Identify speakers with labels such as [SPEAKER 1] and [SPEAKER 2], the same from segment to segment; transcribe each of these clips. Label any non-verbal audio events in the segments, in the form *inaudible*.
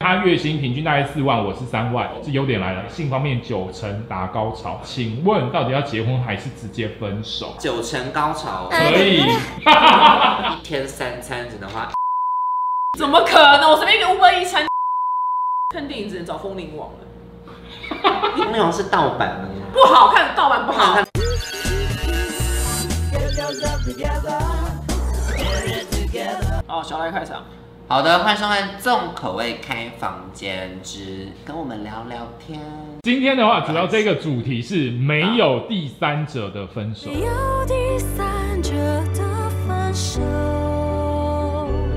[SPEAKER 1] 他月薪平均大概四万，我是三万，这优点来了，性方面九成达高潮。请问到底要结婚还是直接分手？
[SPEAKER 2] 九成高潮，
[SPEAKER 1] 可以，
[SPEAKER 2] 一天三餐只能花。
[SPEAKER 3] 怎么可能？我随便一个乌龟一餐，看电影只能找风铃网了，
[SPEAKER 2] 内容是盗版的吗？
[SPEAKER 3] 不好看，盗版不好
[SPEAKER 2] 嗯
[SPEAKER 3] 看。哦，小赖开场，
[SPEAKER 2] 好的，欢迎收看《重口味开房间之跟我们聊聊天》。
[SPEAKER 1] 今天的话，主要这个主题是没有第三者的分手。
[SPEAKER 4] 没有第三者的分手。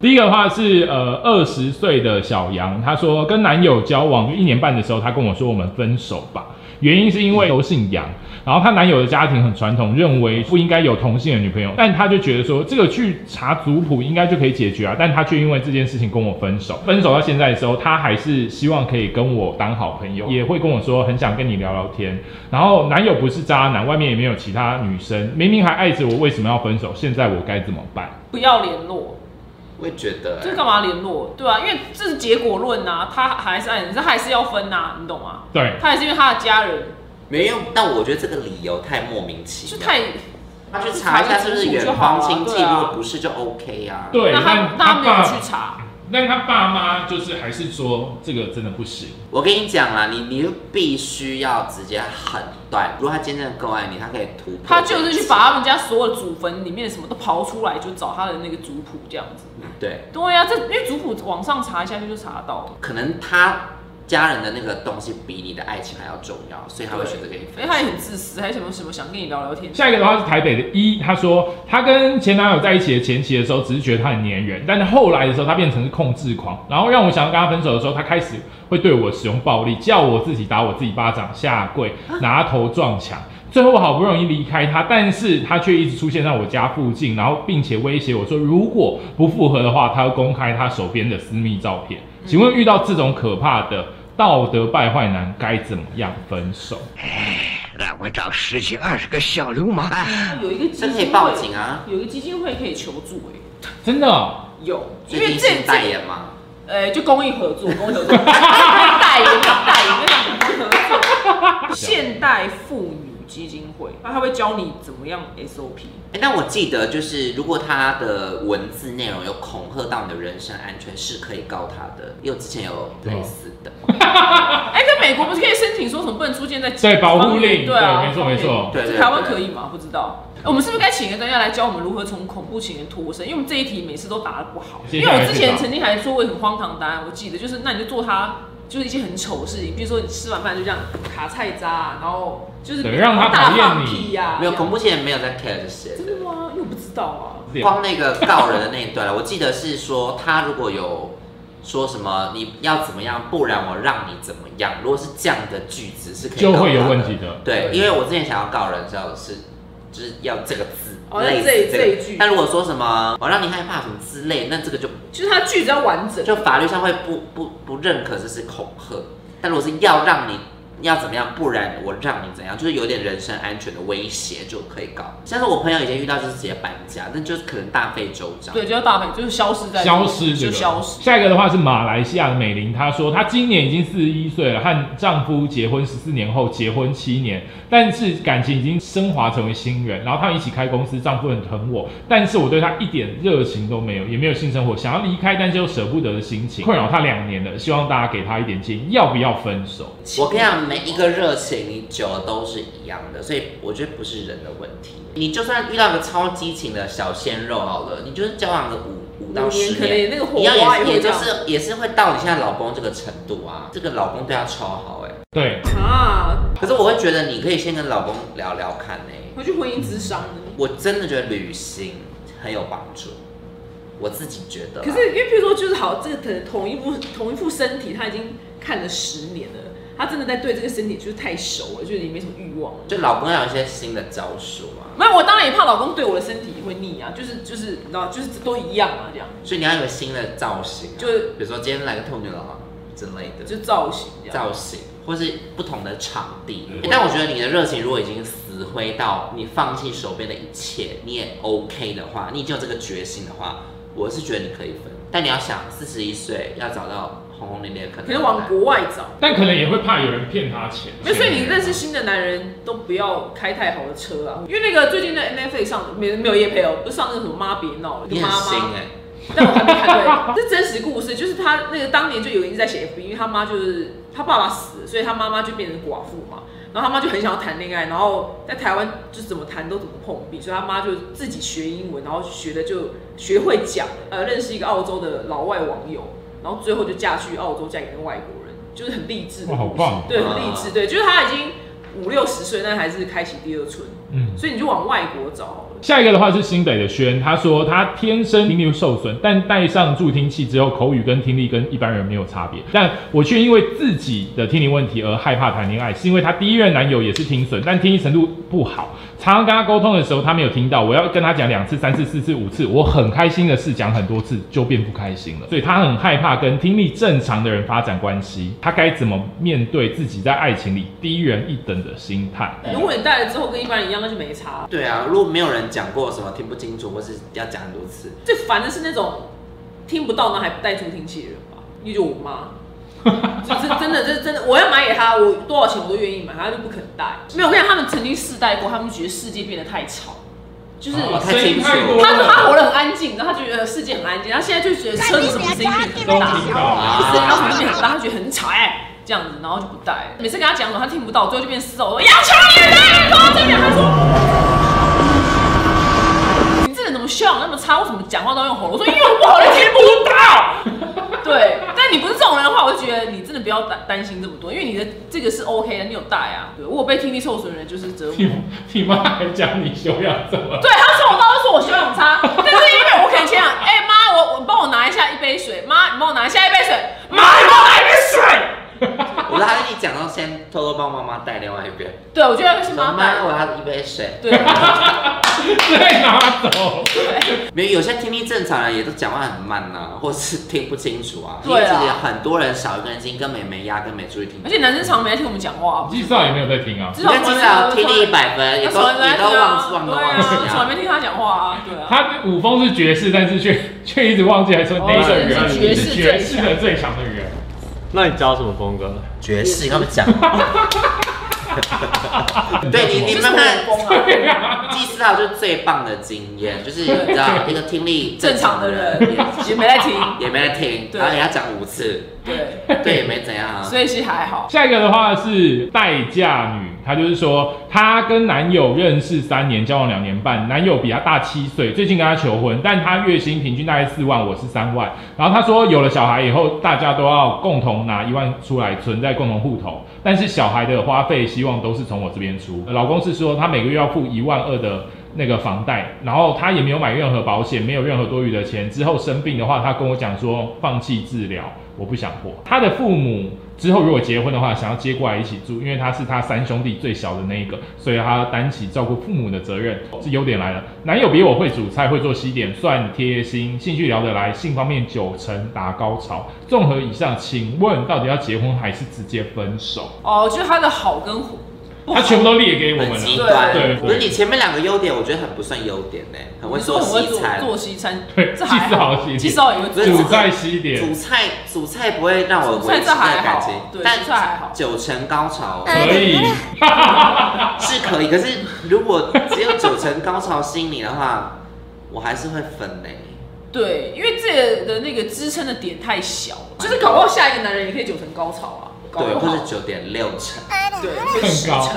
[SPEAKER 1] 第一个的话是呃二十岁的小杨，她说跟男友交往一年半的时候，她跟我说我们分手吧，原因是因为都姓杨，然后她男友的家庭很传统，认为不应该有同性的女朋友，但她就觉得说这个去查族谱应该就可以解决啊，但她却因为这件事情跟我分手，分手到现在的时候，她还是希望可以跟我当好朋友，也会跟我说很想跟你聊聊天，然后男友不是渣男，外面也没有其他女生，明明还爱着我，为什么要分手？现在我该怎么办？
[SPEAKER 3] 不要联络，
[SPEAKER 2] 我也觉得、
[SPEAKER 3] 这干嘛联络？对啊，因为这是结果论呐、啊，他还是爱你，这还是要分呐、你懂吗？
[SPEAKER 1] 对，
[SPEAKER 3] 他还是因为他的家人，
[SPEAKER 2] 没有，但我觉得这个理由太莫名其
[SPEAKER 3] 就
[SPEAKER 2] 妙。
[SPEAKER 3] 太
[SPEAKER 2] 他去查一下是不是远房亲
[SPEAKER 3] 就
[SPEAKER 2] 戚，
[SPEAKER 3] 好啊对啊
[SPEAKER 2] 如果不是就 OK 啊。
[SPEAKER 1] 对，
[SPEAKER 3] 那他
[SPEAKER 1] 但
[SPEAKER 3] 那他没有
[SPEAKER 1] 爸
[SPEAKER 3] 去查，
[SPEAKER 1] 但他爸妈就是还是说这个真的不行，
[SPEAKER 2] 我跟你讲啦，你你就必须要直接很断。如果他真正够爱你，他可以突破。
[SPEAKER 3] 他就是去把他们家所有祖坟里面什么都刨出来，就找他的那个族谱这样子。
[SPEAKER 2] 对，
[SPEAKER 3] 对呀、这因为族谱网上查一下就就查得到了，
[SPEAKER 2] 可能他家人的那个东西比你的爱情还要重要，所以他会选择跟你
[SPEAKER 3] 因
[SPEAKER 2] 分
[SPEAKER 3] 为哎他
[SPEAKER 2] 手。
[SPEAKER 3] 也很自私，还有什么什么想跟你聊聊天。
[SPEAKER 1] 下一个的话是台北的一，他说他跟前男友在一起的前期的时候，只是觉得他很粘人，但是后来的时候，他变成是控制狂，然后让我想要跟他分手的时候，他开始会对我使用暴力，叫我自己打我自己巴掌、下跪、拿头撞墙。最后我好不容易离开他，但是他却一直出现在我家附近，然后并且威胁我说，如果不复合的话，他会公开他手边的私密照片。请问遇到这种可怕的道德败坏男，该怎么样分手？
[SPEAKER 5] 让我找十几二十个小流氓。
[SPEAKER 3] 有一个基
[SPEAKER 2] 这
[SPEAKER 3] 金
[SPEAKER 2] 可以
[SPEAKER 3] 会
[SPEAKER 2] 报警啊！
[SPEAKER 3] 有一个基金会可以求助哎、
[SPEAKER 1] 真的哦、
[SPEAKER 3] 有，因
[SPEAKER 2] 最
[SPEAKER 3] 为
[SPEAKER 2] 近
[SPEAKER 3] 这
[SPEAKER 2] 是代
[SPEAKER 3] 这
[SPEAKER 2] 言吗？
[SPEAKER 3] 呃、就公益合作，公益合作， *laughs* 代言代言那种合作，现代妇女基金会，那他会教你怎么样 SOP。
[SPEAKER 2] 哎、但我记得就是，如果他的文字内容有恐吓到你的人身安全，是可以告他的。因为我之前有类似的，
[SPEAKER 3] 哎、跟美国不是可以申请说什么不能出现在
[SPEAKER 1] 对保护令
[SPEAKER 3] 对啊，
[SPEAKER 1] 对没错
[SPEAKER 3] 保护令
[SPEAKER 1] 没错
[SPEAKER 2] 对对对
[SPEAKER 3] 台湾可以吗？不知道。哎我们是不是该请一个专家来教我们如何从恐怖情人脱身？因为我们这一题每次都答的不好。
[SPEAKER 1] 接
[SPEAKER 3] 因为
[SPEAKER 1] 下来
[SPEAKER 3] 我之
[SPEAKER 1] 是
[SPEAKER 3] 前
[SPEAKER 1] 吧
[SPEAKER 3] 曾经还做过一个很荒唐的答案，我记得就是那你就做他就是一件很丑的事情，比如说你吃完饭就这样卡菜渣啊，然后就是
[SPEAKER 1] 对让他
[SPEAKER 3] 大
[SPEAKER 1] 讨厌
[SPEAKER 3] 放
[SPEAKER 1] 你
[SPEAKER 3] 屁呀、
[SPEAKER 2] 没有
[SPEAKER 3] 这样
[SPEAKER 2] 恐怖情人没有在 care 这些
[SPEAKER 3] 真的
[SPEAKER 2] 的。
[SPEAKER 3] 吗？因为我不知道啊。
[SPEAKER 2] 光那个告人的那一段了，我记得是说他如果有说什么你要怎么样，不然我让你怎么样，如果是这样的句子是可以
[SPEAKER 1] 就
[SPEAKER 2] 告
[SPEAKER 1] 会有
[SPEAKER 2] 他
[SPEAKER 1] 问题的
[SPEAKER 2] 对，
[SPEAKER 1] 对
[SPEAKER 2] 因为我之前想要告人的时候是就是要这个字，
[SPEAKER 3] 哦
[SPEAKER 2] 类似
[SPEAKER 3] 这
[SPEAKER 2] 这
[SPEAKER 3] 这
[SPEAKER 2] 个
[SPEAKER 3] 一句
[SPEAKER 2] 但如果说什么我让你害怕什么之类，那这个就
[SPEAKER 3] 就是他句子要完整，
[SPEAKER 2] 就法律上会不不不认可这是恐吓，但如果是要让你要怎么样，不然我让你怎样，就是有点人身安全的威胁就可以告。像是我朋友以前遇到就是直接搬家，那就是可能大费周章。
[SPEAKER 3] 对，就要大牌，就是消失在
[SPEAKER 1] 消失这
[SPEAKER 3] 就
[SPEAKER 1] 个。
[SPEAKER 3] 消失。
[SPEAKER 1] 下一个的话是马来西亚的美玲，她说她今年已经四十一岁了，和丈夫结婚十四年后结婚七年，但是感情已经升华成为新人。然后他们一起开公司，丈夫很疼我，但是我对他一点热情都没有，也没有性生活，想要离开，但是又舍不得的心情，困扰她两年了。希望大家给她一点建议，要不要分手？
[SPEAKER 2] 我跟你讲，每一个热情你久了都是一样的，所以我觉得不是人的问题。你就算遇到一个超激情的小鲜肉好了，你就是交往个五五到
[SPEAKER 3] 五年
[SPEAKER 2] 十
[SPEAKER 3] 可能也那个火
[SPEAKER 2] 一样
[SPEAKER 3] 花
[SPEAKER 2] 也是
[SPEAKER 3] 也会
[SPEAKER 2] 也就
[SPEAKER 3] 这样
[SPEAKER 2] 是也是会到你现在老公这个程度啊，这个老公对她超好哎、
[SPEAKER 1] 对，
[SPEAKER 3] 啊，
[SPEAKER 2] 可是我会觉得你可以先跟老公聊聊看呢、
[SPEAKER 3] 回去婚姻之商呢？
[SPEAKER 2] 我真的觉得旅行很有帮助，我自己觉得啦。啊
[SPEAKER 3] 可是因为譬如说，就是好，这个可能同一副同一副身体，他已经看了十年了，他真的在对这个身体就是太熟了，就是也没什么欲望了。
[SPEAKER 2] 就老公要有一些新的招数啊，
[SPEAKER 3] 没有，我当然也怕老公对我的身体会腻啊，就是就是你知道，就是都一样啊，这样
[SPEAKER 2] 所以你要有新的造型、啊，
[SPEAKER 3] 就是
[SPEAKER 2] 比如说今天来个兔女郎啊之类的，
[SPEAKER 3] 就造型这样。
[SPEAKER 2] 造型，或是不同的场地。
[SPEAKER 3] 嗯
[SPEAKER 2] 欸但我觉得你的热情如果已经死灰到你放弃手边的一切，你也 OK 的话，你已经有这个决心的话，我是觉得你可以分。但你要想，四十一岁要找到轰轰烈烈，可能
[SPEAKER 3] 可能往国外找。
[SPEAKER 1] 但可能也会怕有人骗他钱。
[SPEAKER 3] 那所以你认识新的男人都不要开太好的车啊，因为那个最近在 Netflix 上没没有叶配哦，不是上那个什么妈别闹了，一
[SPEAKER 2] 你
[SPEAKER 3] 个
[SPEAKER 2] 很
[SPEAKER 3] 妈
[SPEAKER 2] 新
[SPEAKER 3] 妈，
[SPEAKER 2] 哎、
[SPEAKER 3] 但我还没看对，这 *laughs* 真实故事，就是他那个当年就有人一直在写 FB，因为他妈就是他爸爸死了，所以他妈妈就变成寡妇嘛，然后他妈就很想要谈恋爱，然后在台湾就怎么谈都怎么碰壁，所以他妈就自己学英文，然后学的就学会讲，呃，认识一个澳洲的老外网友，然后最后就嫁去澳洲，嫁给那个外国人，就是很励志的
[SPEAKER 1] 哇好
[SPEAKER 3] 故事
[SPEAKER 1] 棒
[SPEAKER 3] 对，很励志，对，就是他已经五六十岁，但还是开启第二春，
[SPEAKER 1] 嗯。
[SPEAKER 3] 所以你就往外国找好了。
[SPEAKER 1] 下一个的话是新北的轩，他说他天生听力受损，但戴上助听器之后，口语跟听力跟一般人没有差别。但我却因为自己的听力问题而害怕谈恋爱，是因为他第一任男友也是听损，但听力程度不好，常常跟他沟通的时候他没有听到，我要跟他讲两次、三次、四次、五次，我很开心的事讲很多次就变不开心了，所以他很害怕跟听力正常的人发展关系，他该怎么面对自己在爱情里低人一等的心态？
[SPEAKER 3] 如果你带了之后跟一般人一样，那就没差。
[SPEAKER 2] 对啊，如果没有人讲过什么听不清楚，或是要讲很多
[SPEAKER 3] *laughs*
[SPEAKER 2] 次，
[SPEAKER 3] 最烦的是那种听不到呢还不带助听器的人吧，因为就我妈，就是真的，就是真的，我要买给她，我多少钱我都愿意买，她就不肯带。没有，我跟你讲，他们曾经试戴过，他们觉得世界变得太吵，就是。
[SPEAKER 2] 哦
[SPEAKER 1] 声音太多了
[SPEAKER 3] 他说他活得很安静，然后他觉得世界很安静，他现在就觉得车子什么声音很
[SPEAKER 1] 都
[SPEAKER 3] 大，
[SPEAKER 1] 听到了。
[SPEAKER 3] 然后旁边很大，他觉得很吵哎、这样子，然后就不带。每次跟他讲了，他听不到，最后就变嘶吼，我要求你来给我这边。他说，你这人怎么笑那么差？为什么讲话都用吼？我说，因哎为我好像听不到。对，但你不是这种人的话，我就觉得你真的不要担担心这么多，因为你的这个是 OK 的，你有带啊。对我有被听力受损的人就是折磨。
[SPEAKER 1] 你你妈还讲你修啊养这么
[SPEAKER 3] 对，他从我到处说我修养差，但是因为我可能前两，哎、妈，我我帮我拿一下一杯水，妈，你帮我拿一下一杯水，妈，你帮我拿一杯水。
[SPEAKER 2] 我说他一讲到先偷偷帮妈妈带另外一边，
[SPEAKER 3] 对，我觉得是
[SPEAKER 2] 说
[SPEAKER 3] 妈
[SPEAKER 2] 妈，我
[SPEAKER 3] 妈。
[SPEAKER 2] 要一杯水。
[SPEAKER 1] *laughs*
[SPEAKER 3] 对，啊
[SPEAKER 1] 再拿走，
[SPEAKER 2] 没有，有些听力正常人也都讲话很慢呐、 *laughs* 或是听不清楚啊。
[SPEAKER 3] 对啊
[SPEAKER 2] 因为其实很多人少一根筋，根本没压根没注意听
[SPEAKER 3] 而。且男生常没来听我们讲话，
[SPEAKER 1] 计算也没有在听啊。
[SPEAKER 3] 至
[SPEAKER 2] 你
[SPEAKER 3] 少
[SPEAKER 2] 看，至少听力一百分，也
[SPEAKER 3] 他
[SPEAKER 2] 都
[SPEAKER 3] 从来没
[SPEAKER 2] 也
[SPEAKER 3] 来听
[SPEAKER 2] 都忘忘都
[SPEAKER 3] 对啊，
[SPEAKER 2] 忘记
[SPEAKER 3] 从来
[SPEAKER 2] 啊。
[SPEAKER 3] 没听他讲话啊，对啊。
[SPEAKER 1] 他武风是爵士，但是却却一直忘记，还说
[SPEAKER 6] 哦
[SPEAKER 1] 那个人
[SPEAKER 6] 是
[SPEAKER 1] 爵
[SPEAKER 6] 爵
[SPEAKER 1] 士
[SPEAKER 3] 士
[SPEAKER 1] 爵士的最强的人。
[SPEAKER 6] 那你教什么风格？
[SPEAKER 2] 爵士，你跟我们讲。 *laughs* 对你， *laughs* 你
[SPEAKER 3] 就是
[SPEAKER 2] 慢慢
[SPEAKER 3] 我疯啊！
[SPEAKER 2] 记思到就是最棒的经验，就是你知道一个听力
[SPEAKER 3] *laughs* 正常的人也没
[SPEAKER 2] *laughs*
[SPEAKER 3] 在听，
[SPEAKER 2] 也也没来听，
[SPEAKER 3] 对
[SPEAKER 2] 然后也要讲五次，
[SPEAKER 3] 对，
[SPEAKER 2] 对，也没怎样啊。
[SPEAKER 3] 所以其实还好。
[SPEAKER 1] 下一个的话是待嫁女，她就是说她跟男友认识三年，交往两年半，男友比她大七岁，最近跟她求婚，但她月薪平均大概四万，我是三万。然后她说有了小孩以后，大家都要共同拿一万出来存在共同户头，但是小孩的花费希望都是从我这边出。老公是说他每个月要付一万二的。那个房贷，然后她也没有买任何保险，没有任何多余的钱。之后生病的话，她跟我讲说放弃治疗，我不想活。她的父母之后如果结婚的话，想要接过来一起住，因为她是她三兄弟最小的那一个，所以她要担起照顾父母的责任。这优点来了，男友比我会煮菜，会做西点，算贴心，兴趣聊得来，性方面九成达高潮。综合以上，请问到底要结婚还是直接分手？
[SPEAKER 3] 哦，就是他的好跟不
[SPEAKER 1] 他
[SPEAKER 3] 好，
[SPEAKER 1] 全部都列给我们
[SPEAKER 2] 很
[SPEAKER 1] 了，
[SPEAKER 2] 极端，
[SPEAKER 1] 对，
[SPEAKER 2] 可是你前面两个优点，我觉得很不算优点呢，很会
[SPEAKER 3] 你说
[SPEAKER 2] 做
[SPEAKER 3] 我会
[SPEAKER 2] 西
[SPEAKER 3] 做
[SPEAKER 2] 餐，
[SPEAKER 3] 做西餐，
[SPEAKER 1] *laughs* 对
[SPEAKER 3] 这还
[SPEAKER 1] 技术好西点
[SPEAKER 3] 技术好也会
[SPEAKER 2] 不是
[SPEAKER 1] 煮
[SPEAKER 3] 做。
[SPEAKER 1] 菜西点，
[SPEAKER 2] 煮菜煮菜不会让我
[SPEAKER 3] 煮
[SPEAKER 2] 维
[SPEAKER 3] 菜
[SPEAKER 2] 持
[SPEAKER 3] 这还
[SPEAKER 2] 那感
[SPEAKER 3] 好
[SPEAKER 2] 情，
[SPEAKER 3] 对
[SPEAKER 2] 但
[SPEAKER 3] 煮菜还好哎
[SPEAKER 2] 九成高潮
[SPEAKER 1] 可
[SPEAKER 3] *laughs*
[SPEAKER 1] 以，
[SPEAKER 2] 是可以，可是如果只有九成高潮吸引你的话，我还是会分嘞。
[SPEAKER 3] 对，因为这的那个支撑的点太小了，就是搞不好下一个男人也可以九成高潮啊，搞
[SPEAKER 2] 对，
[SPEAKER 3] 不
[SPEAKER 2] 或
[SPEAKER 3] 好
[SPEAKER 2] 者九点六成，
[SPEAKER 3] 对会
[SPEAKER 1] 更
[SPEAKER 3] 十
[SPEAKER 1] 高
[SPEAKER 3] 成，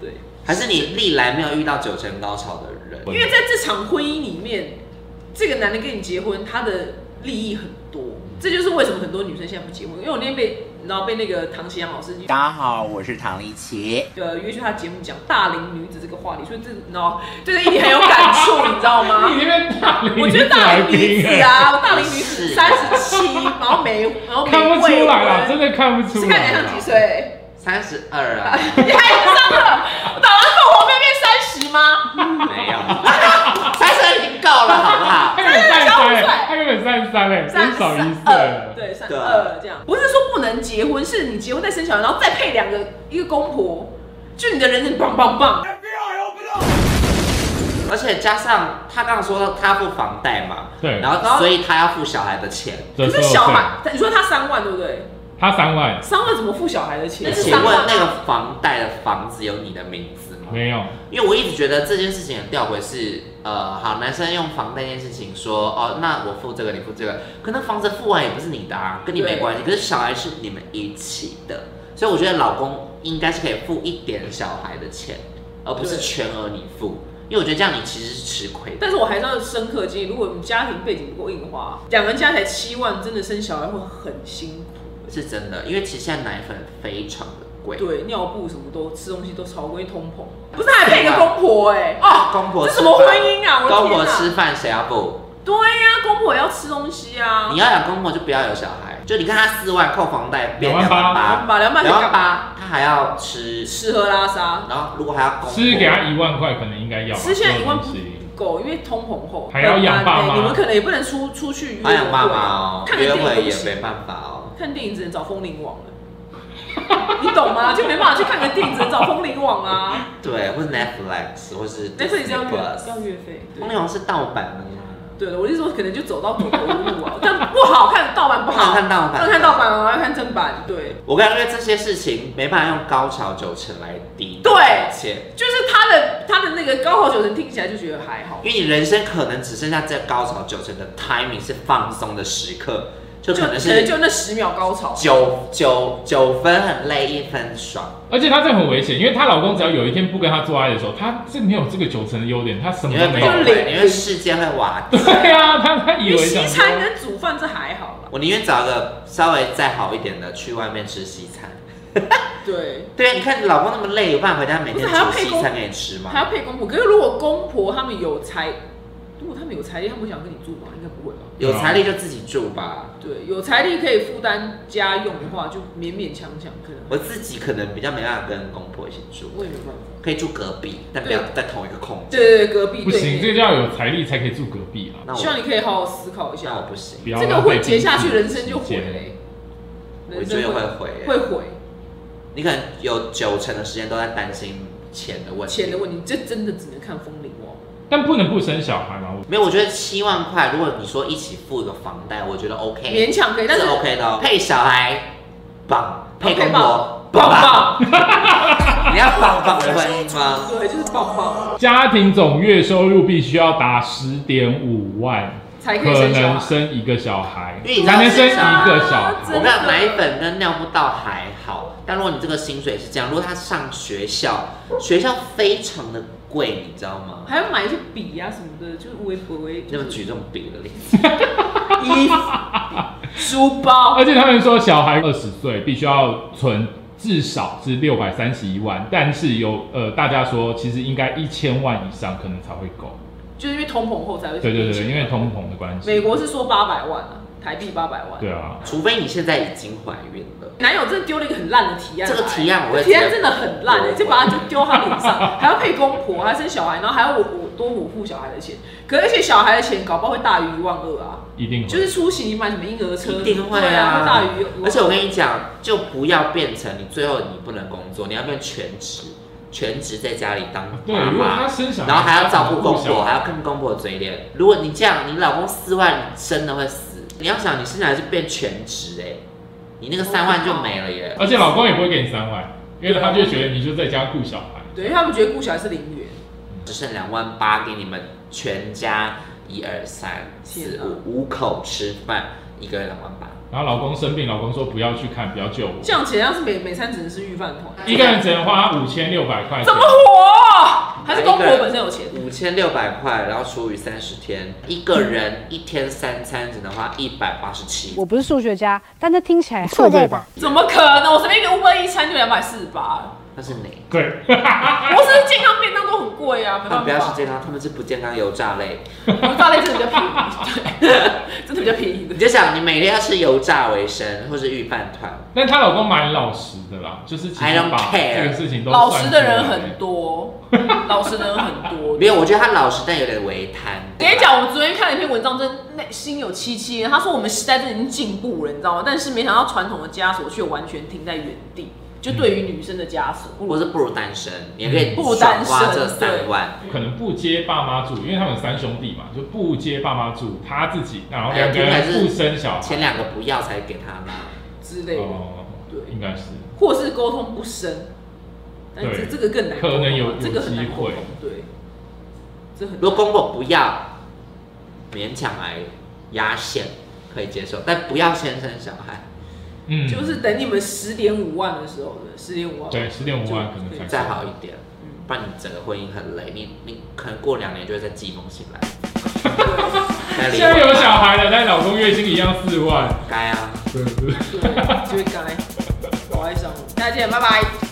[SPEAKER 3] 对。
[SPEAKER 2] 还是你历来没有遇到九成高潮的人，
[SPEAKER 3] 因为在这场婚姻里面，这个男的跟你结婚，他的利益很多，这就是为什么很多女生现在不结婚。因为我那天被，然后被那个唐奇阳老师
[SPEAKER 7] 大家好，我是唐立奇。
[SPEAKER 3] 呃约去他节目讲大龄女子这个话题，所以这然后对这一点很有感触，你知道吗？
[SPEAKER 1] *laughs* 你那边大龄
[SPEAKER 3] 我觉得大龄女子啊，我大龄女子
[SPEAKER 2] 是
[SPEAKER 3] 三十七，然后没，然后没
[SPEAKER 1] 看不出来啦，
[SPEAKER 3] 了，
[SPEAKER 1] 真的看不出
[SPEAKER 3] 是
[SPEAKER 1] 来
[SPEAKER 3] 看起来像
[SPEAKER 1] 啦。
[SPEAKER 3] 几岁？ *laughs*
[SPEAKER 2] 三十二啊，
[SPEAKER 3] 你还上了？我打完凤凰妹妹三十吗？ *laughs*
[SPEAKER 2] 没有，三十二已经够了，好不好？
[SPEAKER 1] 他原本三三
[SPEAKER 3] 真的看不出来
[SPEAKER 1] 哎，他原本三三哎，
[SPEAKER 3] 三
[SPEAKER 1] 真少一岁
[SPEAKER 3] 二
[SPEAKER 1] 了。
[SPEAKER 3] 对，三
[SPEAKER 2] 对啊
[SPEAKER 3] 二这样，不是说不能结婚，是你结婚再生小孩，然后再配两个一个公婆，就你的人生棒棒棒。
[SPEAKER 2] 而且加上他刚刚说他要付房贷嘛，
[SPEAKER 1] 对
[SPEAKER 2] 然
[SPEAKER 3] 然后
[SPEAKER 2] 后所以他要付小孩的钱，
[SPEAKER 1] 这
[SPEAKER 3] 可
[SPEAKER 1] 时
[SPEAKER 3] 是
[SPEAKER 1] 候
[SPEAKER 3] 小
[SPEAKER 1] 对
[SPEAKER 3] 孩，你说他三万对不对？
[SPEAKER 1] 他三万
[SPEAKER 3] 三万怎么付小孩的钱？
[SPEAKER 2] 那
[SPEAKER 3] 那是啊
[SPEAKER 2] 请
[SPEAKER 3] 三
[SPEAKER 2] 问
[SPEAKER 3] 万
[SPEAKER 2] 那个房贷的房子有你的名字吗？
[SPEAKER 1] 没有，
[SPEAKER 2] 因为我一直觉得这件事情很吊诡，是呃，好，男生用房贷这件事情说，哦，那我付这个，你付这个，可那房子付完也不是你的啊，跟你没
[SPEAKER 3] 对
[SPEAKER 2] 关系。可是小孩是你们一起的，所以我觉得老公应该是可以付一点小孩的钱，而不是
[SPEAKER 3] 对
[SPEAKER 2] 全额你付，因为我觉得这样你其实是吃亏的。
[SPEAKER 3] 但是我还是要深刻记忆，如果你家庭背景不够硬化，两个人加起来七万，真的生小孩会很辛苦。
[SPEAKER 2] 是真的，因为其实现在奶粉非常的贵，
[SPEAKER 3] 对，尿布什么都吃东西都超贵，因为通膨。不是还配一个公婆哎、哦，
[SPEAKER 2] 啊公婆
[SPEAKER 3] 这
[SPEAKER 2] 吃
[SPEAKER 3] 什么
[SPEAKER 2] 饭
[SPEAKER 3] 婚姻啊？我的
[SPEAKER 2] 公
[SPEAKER 3] 天
[SPEAKER 2] 婆
[SPEAKER 3] 哪！
[SPEAKER 2] 吃饭谁要付？
[SPEAKER 3] 对呀、公婆也要吃东西啊。
[SPEAKER 2] 你要养公婆就不要有小孩，就你看他四万扣房贷变
[SPEAKER 1] 两
[SPEAKER 2] 两
[SPEAKER 1] 万
[SPEAKER 2] 万
[SPEAKER 1] 八
[SPEAKER 2] 八，
[SPEAKER 3] 把两万
[SPEAKER 2] 两万
[SPEAKER 3] 干嘛？
[SPEAKER 2] 八，他还要吃，
[SPEAKER 3] 吃喝拉撒，
[SPEAKER 2] 然后如果还要公
[SPEAKER 1] 吃给他
[SPEAKER 2] 婆
[SPEAKER 1] 一万块，可能应该要吧。
[SPEAKER 3] 吃现在一万
[SPEAKER 1] 啊这
[SPEAKER 3] 不
[SPEAKER 1] 种东西
[SPEAKER 3] 够，因为通膨后
[SPEAKER 1] 还要养爸妈
[SPEAKER 3] 很难欸你们可能也不能出出去约
[SPEAKER 2] 还养
[SPEAKER 3] 会啊
[SPEAKER 2] 爸妈哦，
[SPEAKER 3] 看个
[SPEAKER 2] 约
[SPEAKER 3] 电
[SPEAKER 2] 会
[SPEAKER 3] 影
[SPEAKER 2] 也
[SPEAKER 3] 都不
[SPEAKER 2] 没
[SPEAKER 3] 行
[SPEAKER 2] 办法哦。
[SPEAKER 3] 看电影只能找风铃网了，你懂吗？就没办法去看个电影，只能找风铃网啊。
[SPEAKER 2] 对，或是 Netflix，或是
[SPEAKER 3] 那所以
[SPEAKER 2] *laughs* Disney
[SPEAKER 3] 这样月
[SPEAKER 2] Plus
[SPEAKER 3] 要月费，
[SPEAKER 2] 风
[SPEAKER 3] 对
[SPEAKER 2] 铃王是盗版的吗？
[SPEAKER 3] 对的，我是说可能就走到走投无
[SPEAKER 2] *laughs*
[SPEAKER 3] 路啊，但不好看，盗版不
[SPEAKER 2] 不好
[SPEAKER 3] 好，
[SPEAKER 2] 看盗
[SPEAKER 3] 要
[SPEAKER 2] 版，
[SPEAKER 3] 看盗。版啊，要看正版，对，
[SPEAKER 2] 我感觉这些事情没办法用高潮九成来抵
[SPEAKER 3] 对
[SPEAKER 2] 切，
[SPEAKER 3] 就是他的他的那个高考九成听起来就觉得还好，
[SPEAKER 2] 因为你人生可能只剩下这高潮九成的 timing 是放松的时刻，就
[SPEAKER 3] 就
[SPEAKER 2] 可能
[SPEAKER 3] 可
[SPEAKER 2] 是
[SPEAKER 3] 能就那十秒高潮，
[SPEAKER 2] 九九九分很累，一分爽。
[SPEAKER 1] 而且她这很危险，因为她老公只要有一天不跟她做爱的时候，她是没有这个九成的优点，她什么
[SPEAKER 2] 你
[SPEAKER 1] 都
[SPEAKER 2] 会
[SPEAKER 1] 没
[SPEAKER 2] 崩
[SPEAKER 1] 有。
[SPEAKER 3] 就
[SPEAKER 2] 溃，你会哎世界会瓦解。
[SPEAKER 1] 对啊，她她以
[SPEAKER 3] 因为
[SPEAKER 1] 为
[SPEAKER 3] 西
[SPEAKER 1] 想说
[SPEAKER 3] 餐跟煮饭这还好啦，
[SPEAKER 2] 我宁愿找个稍微再好一点的去外面吃西餐。
[SPEAKER 3] 对。
[SPEAKER 2] 对啊，你看你老公那么累，有办法回家每天
[SPEAKER 3] 不是还要
[SPEAKER 2] 煮
[SPEAKER 3] 配
[SPEAKER 2] 西
[SPEAKER 3] 公
[SPEAKER 2] 餐给你吃吗
[SPEAKER 3] 还？要配公婆。可是如果公婆他们有财，如果他们有财力，他们会想跟你住吗？应该不会吧。
[SPEAKER 2] 有财力就自己住吧。
[SPEAKER 3] 对，有财力可以负担家用的话，就勉勉强强可能。
[SPEAKER 2] 我自己可能比较没办法跟公婆一起住，
[SPEAKER 3] 我也没办法。
[SPEAKER 2] 可以住隔壁，但不要
[SPEAKER 3] 对
[SPEAKER 2] 在同一个空间。
[SPEAKER 3] 对对对，隔壁
[SPEAKER 1] 不
[SPEAKER 3] 对
[SPEAKER 1] 行，这
[SPEAKER 3] 面。
[SPEAKER 1] 个就要有财力才可以住隔壁啊。
[SPEAKER 2] 那
[SPEAKER 3] 希望
[SPEAKER 2] 我
[SPEAKER 3] 你可以好好思考一
[SPEAKER 2] 那我
[SPEAKER 3] 下，
[SPEAKER 2] 不行，
[SPEAKER 1] 不要
[SPEAKER 3] 这个
[SPEAKER 1] 浪费
[SPEAKER 3] 会结下去，
[SPEAKER 1] 自己的
[SPEAKER 3] 人生就毁
[SPEAKER 1] 时间
[SPEAKER 3] 了欸。
[SPEAKER 2] 我觉得会毁耶
[SPEAKER 3] 会毁，
[SPEAKER 2] 你可能有九成的时间都在担心钱的问题。
[SPEAKER 3] 钱的问题，这真的只能看风铃哦网。
[SPEAKER 1] 但不能不生小孩嘛。我
[SPEAKER 2] 没有，我觉得七万块，如果你说一起付一个房贷，我觉得 OK。
[SPEAKER 3] 勉强可以，但
[SPEAKER 2] 是
[SPEAKER 3] 是
[SPEAKER 2] 哎 OK 的、哦，配小孩棒，配公婆
[SPEAKER 3] 棒
[SPEAKER 2] 棒棒，
[SPEAKER 3] 棒，
[SPEAKER 2] *laughs* 你要棒棒的婚姻吗？
[SPEAKER 3] 对，就是棒棒
[SPEAKER 1] 家庭总月收入必须要达十点五万，
[SPEAKER 3] 才可以
[SPEAKER 1] 可
[SPEAKER 3] 生小
[SPEAKER 1] 能
[SPEAKER 3] 孩。
[SPEAKER 1] 生一个小孩
[SPEAKER 2] 因为你，知道
[SPEAKER 1] 才能生一个小
[SPEAKER 3] 啊
[SPEAKER 1] 孩。
[SPEAKER 2] 我
[SPEAKER 3] 真
[SPEAKER 2] 跟你
[SPEAKER 3] 的
[SPEAKER 2] 讲奶粉跟尿不到还好，但如果你这个薪水是这样，如果他上学校，学校非常的贵，你知道吗？
[SPEAKER 3] 还要买一些笔啊什么的，就是微博微，
[SPEAKER 2] 你怎
[SPEAKER 3] 就
[SPEAKER 2] 么
[SPEAKER 3] 是
[SPEAKER 2] 举这种比的例子？
[SPEAKER 3] 衣服、书包，
[SPEAKER 1] 而且他们说，小孩二十岁必须要存至少是六百三十一万，但是有呃，大家说其实应该一千万以上可能才会够。
[SPEAKER 3] 就是因为通膨后才会
[SPEAKER 1] 对对
[SPEAKER 3] 提
[SPEAKER 1] 对，
[SPEAKER 3] 前
[SPEAKER 1] 因为通膨的关系。
[SPEAKER 3] 美国是说八百万啊，台币八百万。
[SPEAKER 1] 对啊，
[SPEAKER 2] 除非你现在已经怀孕了，
[SPEAKER 3] 男友真的丢了一个很烂的提案来，
[SPEAKER 2] 这个提案我也
[SPEAKER 3] 这提案
[SPEAKER 2] 觉得
[SPEAKER 3] 真的很烂、
[SPEAKER 2] 我
[SPEAKER 3] 欸，就把它就丢他脸
[SPEAKER 2] *laughs*
[SPEAKER 3] 上，还要配公婆，还要生小孩，然后还要我我多我付小孩的钱，可而且小孩的钱搞不好会大于一万二啊，
[SPEAKER 1] 一定会
[SPEAKER 3] 就是出行你买什么婴儿车，
[SPEAKER 2] 一定会
[SPEAKER 3] 对
[SPEAKER 2] 啊
[SPEAKER 3] 啊，会大于12000。
[SPEAKER 2] 而且我跟你讲，就不要变成你最后你不能工作，你要变全职，全职在家里当
[SPEAKER 1] 对，
[SPEAKER 2] 妈
[SPEAKER 1] 如果
[SPEAKER 2] 妈
[SPEAKER 1] 他。生小孩，
[SPEAKER 2] 然后还要照顾公
[SPEAKER 1] 小
[SPEAKER 2] 婆，
[SPEAKER 1] 孩
[SPEAKER 2] 还要跟公婆嘴脸。如果你这样，你老公四万，你真的会死。你要想，你现在是变全职哎、你那个三万就没了耶。
[SPEAKER 1] 而且老公也不会给你三万，因为他就觉得你就在家顾小孩。
[SPEAKER 3] 对，因为他们觉得顾小孩是零元，
[SPEAKER 2] 只剩两万八给你们全家，一二三四
[SPEAKER 3] 天啊
[SPEAKER 2] 五五口吃饭，一个人两万八，
[SPEAKER 1] 然后老公生病，老公说不要去看，不要救我，
[SPEAKER 3] 这样钱要是每每餐只能吃御饭团，
[SPEAKER 2] 哎
[SPEAKER 1] 一个人只能花五千六百块钱。
[SPEAKER 3] 怎么火？啊还是公
[SPEAKER 2] 哎
[SPEAKER 3] 婆本身有钱？
[SPEAKER 2] 五千六百块，然后除以三十天，一个人一天三餐只能花一百八十七。
[SPEAKER 8] 我不是数学家，但这听起来
[SPEAKER 4] 错对吧？
[SPEAKER 3] 怎么可能？我随便一个 Uber 一餐就两百四十八，
[SPEAKER 2] 那是哪？
[SPEAKER 1] 对，
[SPEAKER 3] 我是健康便当都很贵啊，没
[SPEAKER 2] 他们
[SPEAKER 3] 办法。
[SPEAKER 2] 不要吃健康，他们是不健康油炸类。
[SPEAKER 3] 我大类真的比较便宜，对， *laughs* 真的比较便宜
[SPEAKER 2] 你。就想，你每天要吃油炸为生，或是预饭团。
[SPEAKER 1] 但她老公蛮老实的啦，就是其
[SPEAKER 2] I
[SPEAKER 1] 实
[SPEAKER 2] don't
[SPEAKER 1] 把
[SPEAKER 2] care
[SPEAKER 1] 这个事情都
[SPEAKER 3] 老实的人
[SPEAKER 1] 算出来
[SPEAKER 3] 很多，老实的人很
[SPEAKER 1] *laughs*
[SPEAKER 3] 多。
[SPEAKER 2] 没有，我觉得他老实，但有点微贪。
[SPEAKER 3] 跟你讲，我昨天看了一篇文章，真内心有戚戚焉。他说我们时代真的已经进步了，你知道吗？但是没想到传统的枷锁却完全停在原地。就对于女生的枷锁。
[SPEAKER 2] 或者是不如单身，也可以
[SPEAKER 3] 不如单身
[SPEAKER 2] 爽花这三万，
[SPEAKER 1] 可能不接爸妈住，因为他们有三兄弟嘛，就不接爸妈住，他自己，然后
[SPEAKER 2] 哎
[SPEAKER 1] 两个
[SPEAKER 2] 听起来
[SPEAKER 1] 人
[SPEAKER 2] 是
[SPEAKER 1] 不生小孩
[SPEAKER 2] 前。两个不要才给他啦。
[SPEAKER 3] 之类的，
[SPEAKER 1] 哦，
[SPEAKER 3] 对
[SPEAKER 1] 应该是。
[SPEAKER 3] 或者是沟通不深，但
[SPEAKER 1] 对
[SPEAKER 3] 这这个更难沟通啊，
[SPEAKER 1] 可能有
[SPEAKER 3] 这个很难沟
[SPEAKER 1] 有
[SPEAKER 3] 通
[SPEAKER 1] 机会，
[SPEAKER 3] 对，这很
[SPEAKER 2] 如果公公不要，勉强来压线可以接受，但不要先生小孩，
[SPEAKER 1] 嗯，
[SPEAKER 3] 就是等你们十点五万的时候的十点五万，
[SPEAKER 1] 对，十点五万
[SPEAKER 3] 就
[SPEAKER 1] 可能才
[SPEAKER 3] 对
[SPEAKER 1] 够
[SPEAKER 2] 再好一点，不然你整个婚姻很累，你你可能过两年就会再寄一封信来。再离
[SPEAKER 1] 现在
[SPEAKER 2] 婚
[SPEAKER 1] 有小孩了，但老公月薪一样四万，
[SPEAKER 2] 该啊。
[SPEAKER 1] 对对。
[SPEAKER 3] 对，就会该搞爱上我。大家见，拜拜。